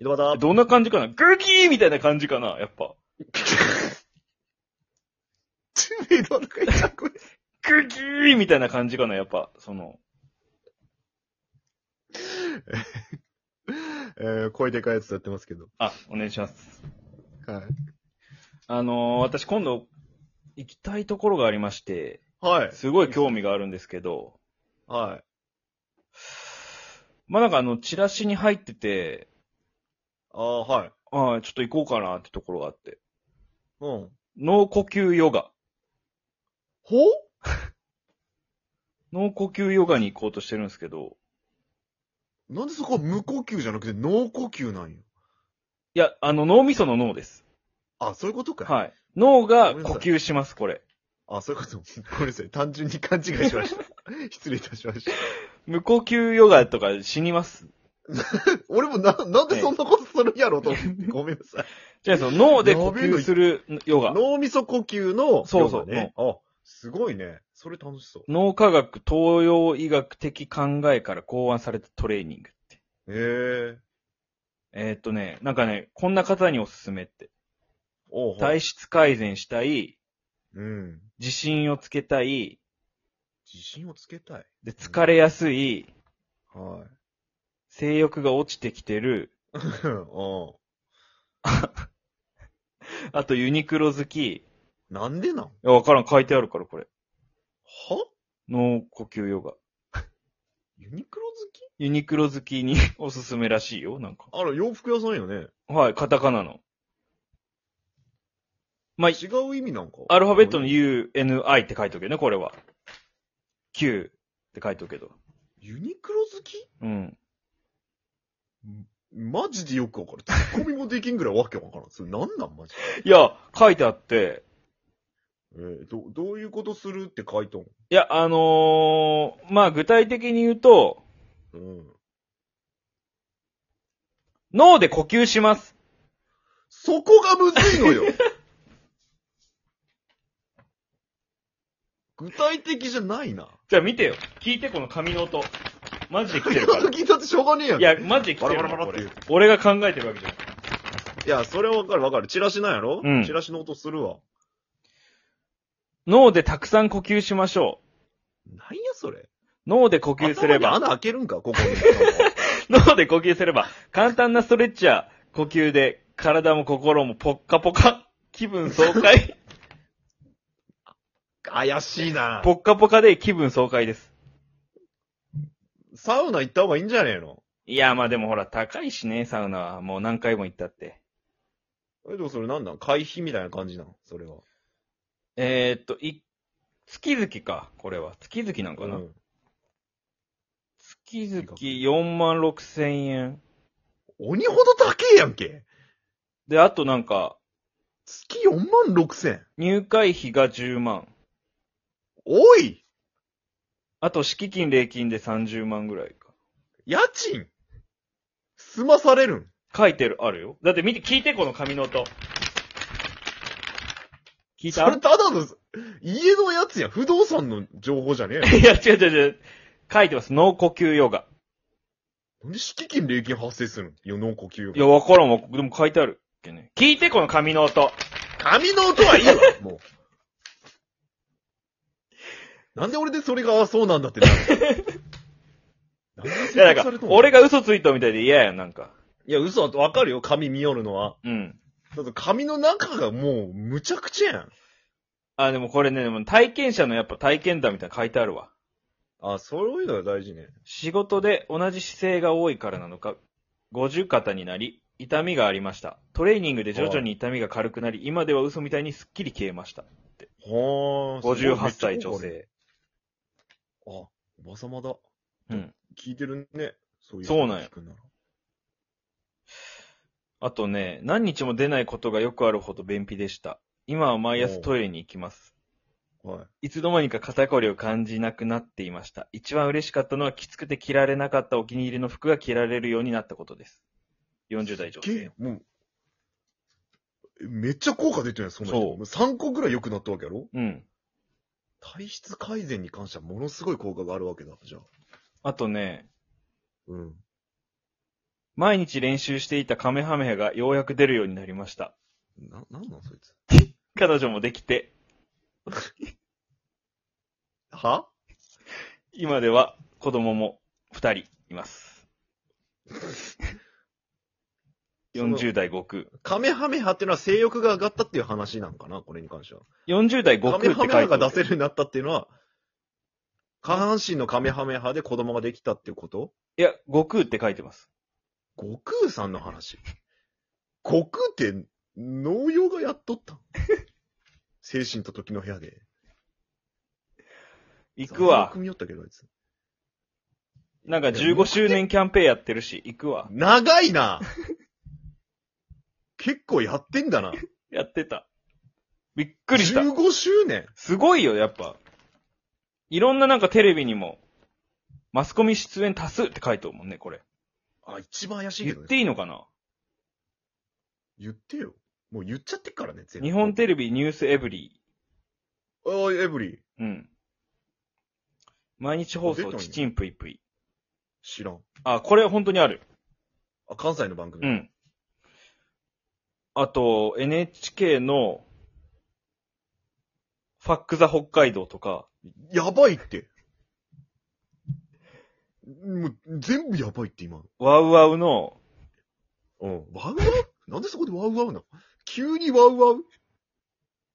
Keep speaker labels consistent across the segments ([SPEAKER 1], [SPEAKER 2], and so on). [SPEAKER 1] 井戸端。
[SPEAKER 2] どんな感じかなグギーみたいな感じかなやっぱ。
[SPEAKER 1] 井戸端会かっこいい。
[SPEAKER 2] グギーみたいな感じかなやっぱ、その。
[SPEAKER 1] えー、声でかいやつやってますけど。
[SPEAKER 2] あ、お願いします。
[SPEAKER 1] はい。
[SPEAKER 2] あのー私今度、行きたいところがありまして、
[SPEAKER 1] はい。
[SPEAKER 2] すごい興味があるんですけど、
[SPEAKER 1] は
[SPEAKER 2] まあ、なんかあの、チラシに入ってて、
[SPEAKER 1] い。ああ、はい。
[SPEAKER 2] ああ、ちょっと行こうかなってところがあって。
[SPEAKER 1] うん。
[SPEAKER 2] 脳呼吸ヨガ。
[SPEAKER 1] ほ
[SPEAKER 2] 脳呼吸ヨガに行こうとしてるんですけど、
[SPEAKER 1] なんでそこは無呼吸じゃなくて脳呼吸なんよ。
[SPEAKER 2] いや、あの、脳みその脳です。
[SPEAKER 1] あ、そういうことか。い。
[SPEAKER 2] はい。脳が呼吸します、これ。
[SPEAKER 1] あ、そういうこと。 ごめんなさい。単純に勘違いしました。 失礼いたしました。
[SPEAKER 2] 無呼吸ヨガとか死にます。
[SPEAKER 1] 俺もな、なんでそんなことするんやろうと思 って。ごめんなさい。
[SPEAKER 2] じゃあ、その脳で呼吸するヨガ。
[SPEAKER 1] 脳みそ呼吸の、
[SPEAKER 2] そうそう
[SPEAKER 1] ね。あ、すごいね。それ楽しそう。
[SPEAKER 2] 脳科学東洋医学的考えから考案されたトレーニングって。
[SPEAKER 1] へえ。
[SPEAKER 2] えーっとね、なんかね、こんな方におすすめって。
[SPEAKER 1] おう、はい。
[SPEAKER 2] 体質改善したい、
[SPEAKER 1] うん。
[SPEAKER 2] 自信をつけたい、
[SPEAKER 1] 自信をつけたい。
[SPEAKER 2] で疲れやすい、
[SPEAKER 1] はい。
[SPEAKER 2] 性欲が落ちてきてる、
[SPEAKER 1] う
[SPEAKER 2] あとユニクロ好き。い
[SPEAKER 1] ん。なんでなんは
[SPEAKER 2] や、わからん、書いてあるから、これ。脳呼吸ヨガ。
[SPEAKER 1] ユニクロ
[SPEAKER 2] ユニクロ好きに おすすめらしいよ、なんか。
[SPEAKER 1] 好きあら、洋服屋さんよね。
[SPEAKER 2] はい、カタカナの。まあ、
[SPEAKER 1] 違う意味なんか。
[SPEAKER 2] アルファベットの UNI って書いとけね、これは。Q って書いとけど。
[SPEAKER 1] ユニクロ好き
[SPEAKER 2] うん。
[SPEAKER 1] マジでよくわかる。ツッコミもできんぐらいわけわからん。それなんなんマジで。
[SPEAKER 2] いや、書いてあって、
[SPEAKER 1] えー、ど、どういうことするって書いとん。
[SPEAKER 2] いや、あのー、まあ、具体的に言うと、
[SPEAKER 1] うん。
[SPEAKER 2] 脳で呼吸します。
[SPEAKER 1] そこがむずいの よ具体的じゃないな。
[SPEAKER 2] じゃあ見てよ。聞いて、この紙の音。マジで来て るから。
[SPEAKER 1] 聞いたってしょうがねえやん。
[SPEAKER 2] いや、マジで来てる
[SPEAKER 1] バラ
[SPEAKER 2] か
[SPEAKER 1] バラ
[SPEAKER 2] ら
[SPEAKER 1] バラって
[SPEAKER 2] 俺
[SPEAKER 1] いう。
[SPEAKER 2] 俺が考えてるわけじゃん。
[SPEAKER 1] いや、それはわかるわかる。チラシなんやろ
[SPEAKER 2] うん
[SPEAKER 1] チラシの音するわ。
[SPEAKER 2] 脳でたくさん呼吸しましょ
[SPEAKER 1] なんやそれ。
[SPEAKER 2] う。脳で呼吸すれば
[SPEAKER 1] 頭。に穴開けるんか、 ここに。
[SPEAKER 2] 脳で呼吸すれば、簡単なストレッチや呼吸で、体も心もポッカポカ、気分爽快、
[SPEAKER 1] 怪しいな
[SPEAKER 2] ポッカポカで気分爽快です。
[SPEAKER 1] サウナ行った方がいいんじゃねえの
[SPEAKER 2] いや、まあでもほら、高いしね、サウナは。もう何回も行ったって。
[SPEAKER 1] え、でもそれなんなん回避みたいな感じなんそれは。
[SPEAKER 2] えー、っと、い、月々か、これは。月々なんかな。
[SPEAKER 1] うん
[SPEAKER 2] 月々4万6千円。
[SPEAKER 1] 鬼ほど高えやんけ。
[SPEAKER 2] で、あとなんか、
[SPEAKER 1] 月4万6千。
[SPEAKER 2] 入会費が10万。
[SPEAKER 1] おい
[SPEAKER 2] あと、敷金、礼金で30万ぐらいか。
[SPEAKER 1] 家賃済まされるん
[SPEAKER 2] 書いてる、あるよ。だって見て、聞いて、この紙の音。聞い
[SPEAKER 1] それ
[SPEAKER 2] た
[SPEAKER 1] ただの、家のやつやん。不動産の情報じゃねえ の
[SPEAKER 2] いや、違う違う違う。書いてます。脳呼吸ヨガ。
[SPEAKER 1] なんで敷金礼金発生するんよ、脳呼吸
[SPEAKER 2] いや、
[SPEAKER 1] が。
[SPEAKER 2] わからんわ。でも書いてあるっけね。聞いて、この紙の音。
[SPEAKER 1] 紙の音はいいわ、もう。なんで俺でそれが、あそうなんだってなる なんで
[SPEAKER 2] い
[SPEAKER 1] 説
[SPEAKER 2] や、
[SPEAKER 1] 得
[SPEAKER 2] な
[SPEAKER 1] さ
[SPEAKER 2] ん
[SPEAKER 1] れ
[SPEAKER 2] か
[SPEAKER 1] と、んの
[SPEAKER 2] 俺が嘘ついたみたいで嫌やん、なんか。
[SPEAKER 1] いや、嘘はわかるよ、紙見よるのは。
[SPEAKER 2] うん。
[SPEAKER 1] だって紙の中がもう、むちゃくちゃやん。
[SPEAKER 2] あ、でもこれね、でも体験者のやっぱ体験談みたいなの書いてあるわ。
[SPEAKER 1] あ、そういうのが大事ね。
[SPEAKER 2] 仕事で同じ姿勢が多いからなのか、五十肩になり、痛みがありました。トレーニングで徐々に痛みが軽くなり、今では嘘みたいにスッキリ消えました。
[SPEAKER 1] はあ。
[SPEAKER 2] 58歳女性。
[SPEAKER 1] あ、おばさまだ。
[SPEAKER 2] うん。
[SPEAKER 1] 聞いてるね。そういう。
[SPEAKER 2] そうなんや
[SPEAKER 1] 聞くら。
[SPEAKER 2] あとね、何日も出ないことがよくあるほど便秘でした。今は毎朝トイレに行きます。
[SPEAKER 1] はい。
[SPEAKER 2] いつの間にか肩こりを感じなくなっていました。一番嬉しかったのはきつくて着られなかったお気に入りの服が着られるようになったことです。40代女
[SPEAKER 1] け
[SPEAKER 2] 性。
[SPEAKER 1] もう、えめっちゃ効果出てるやん、その人。
[SPEAKER 2] そ
[SPEAKER 1] も
[SPEAKER 2] う
[SPEAKER 1] う3個ぐらい良くなったわけやろ
[SPEAKER 2] うん。
[SPEAKER 1] 体質改善に関してはものすごい効果があるわけだ、じゃあ。
[SPEAKER 2] あとね、
[SPEAKER 1] うん。
[SPEAKER 2] 毎日練習していたカメハメハがようやく出るようになりました。
[SPEAKER 1] な、なんなんそいつ。
[SPEAKER 2] 彼女もできて、
[SPEAKER 1] は
[SPEAKER 2] 今では子供も二人 います。
[SPEAKER 1] その
[SPEAKER 2] 40代悟空。
[SPEAKER 1] カメハメハっていうのは性欲が上がったっていう話なんかなこれに関しては。
[SPEAKER 2] 40代悟
[SPEAKER 1] カメ
[SPEAKER 2] 空って書
[SPEAKER 1] ハ
[SPEAKER 2] い
[SPEAKER 1] メ
[SPEAKER 2] てあ
[SPEAKER 1] ハ
[SPEAKER 2] る
[SPEAKER 1] が出せるようになったっていうのは、下半身のカメハメハで子供ができたっていうこと
[SPEAKER 2] いや、悟空って書いてます。
[SPEAKER 1] 悟空さんの話。悟空って、農業がやっとったん精神と時の部屋で。
[SPEAKER 2] 行くわ。
[SPEAKER 1] 組み寄ったけど、あいつ。
[SPEAKER 2] なんか15周年キャンペーンやってるし、行くわ。
[SPEAKER 1] 長いな結構やってんだな。
[SPEAKER 2] やってた。びっくりした。
[SPEAKER 1] 15周年
[SPEAKER 2] すごいよ、やっぱ。いろんななんかテレビにも、マスコミ出演多数って書いてあるもんね、これ。
[SPEAKER 1] あ、一番怪しいけ
[SPEAKER 2] 言っ
[SPEAKER 1] どね。
[SPEAKER 2] ていいのかな
[SPEAKER 1] 言ってよ。もう言っちゃってっからね、全部
[SPEAKER 2] 日本テレビニュースエブリ
[SPEAKER 1] ああ、エブリー。
[SPEAKER 2] ー。うん。毎日放送、ちちんぷいぷい。
[SPEAKER 1] 知らん。
[SPEAKER 2] あ、これ本当にある。
[SPEAKER 1] あ、関西の番組。
[SPEAKER 2] うん。あと、NHK の、ファックザ北海道とか、
[SPEAKER 1] やばいって。もう、全部やばいって今の。
[SPEAKER 2] ワウワウの、
[SPEAKER 1] うん。ワウワウなんでそこでワウワウなの急にワウワウ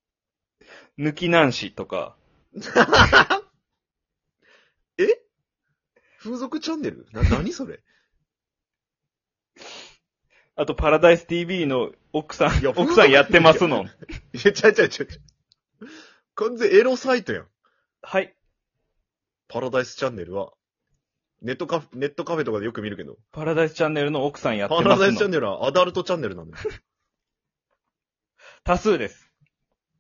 [SPEAKER 2] 抜き男子とか、
[SPEAKER 1] え風俗チャンネルな、何それ
[SPEAKER 2] あとパラダイス TV の奥さん
[SPEAKER 1] いや、
[SPEAKER 2] 奥さんやってますの。
[SPEAKER 1] いや、ちゃうちゃうちゃうちゃう。完全エロサイトやん。
[SPEAKER 2] はい。
[SPEAKER 1] パラダイスチャンネルは。ネットカフェ、ネットカフェとかでよく見るけど。
[SPEAKER 2] パラダイスチャンネルの奥さんやって
[SPEAKER 1] パ
[SPEAKER 2] ま
[SPEAKER 1] ラダイス
[SPEAKER 2] す
[SPEAKER 1] チャ
[SPEAKER 2] の
[SPEAKER 1] ン。ネルはアダルトチャンネルなんだよ。
[SPEAKER 2] 多数です。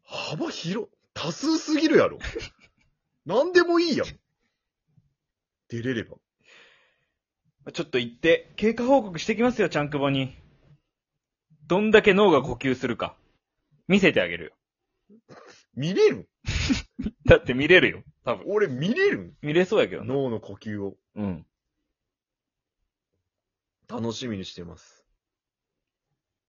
[SPEAKER 1] 幅広、多数すぎるやろ。何でもいいやん。出れれば。
[SPEAKER 2] ちょっと行って、経過報告してきますよ、ちゃんくぼに。どんだけ脳が呼吸するか。見せてあげるよ。
[SPEAKER 1] 見れる
[SPEAKER 2] だって見れるよ。多分。
[SPEAKER 1] 俺見れる
[SPEAKER 2] 見れそうやけどな。
[SPEAKER 1] 脳の呼吸を。
[SPEAKER 2] うん。
[SPEAKER 1] 楽しみにしてます。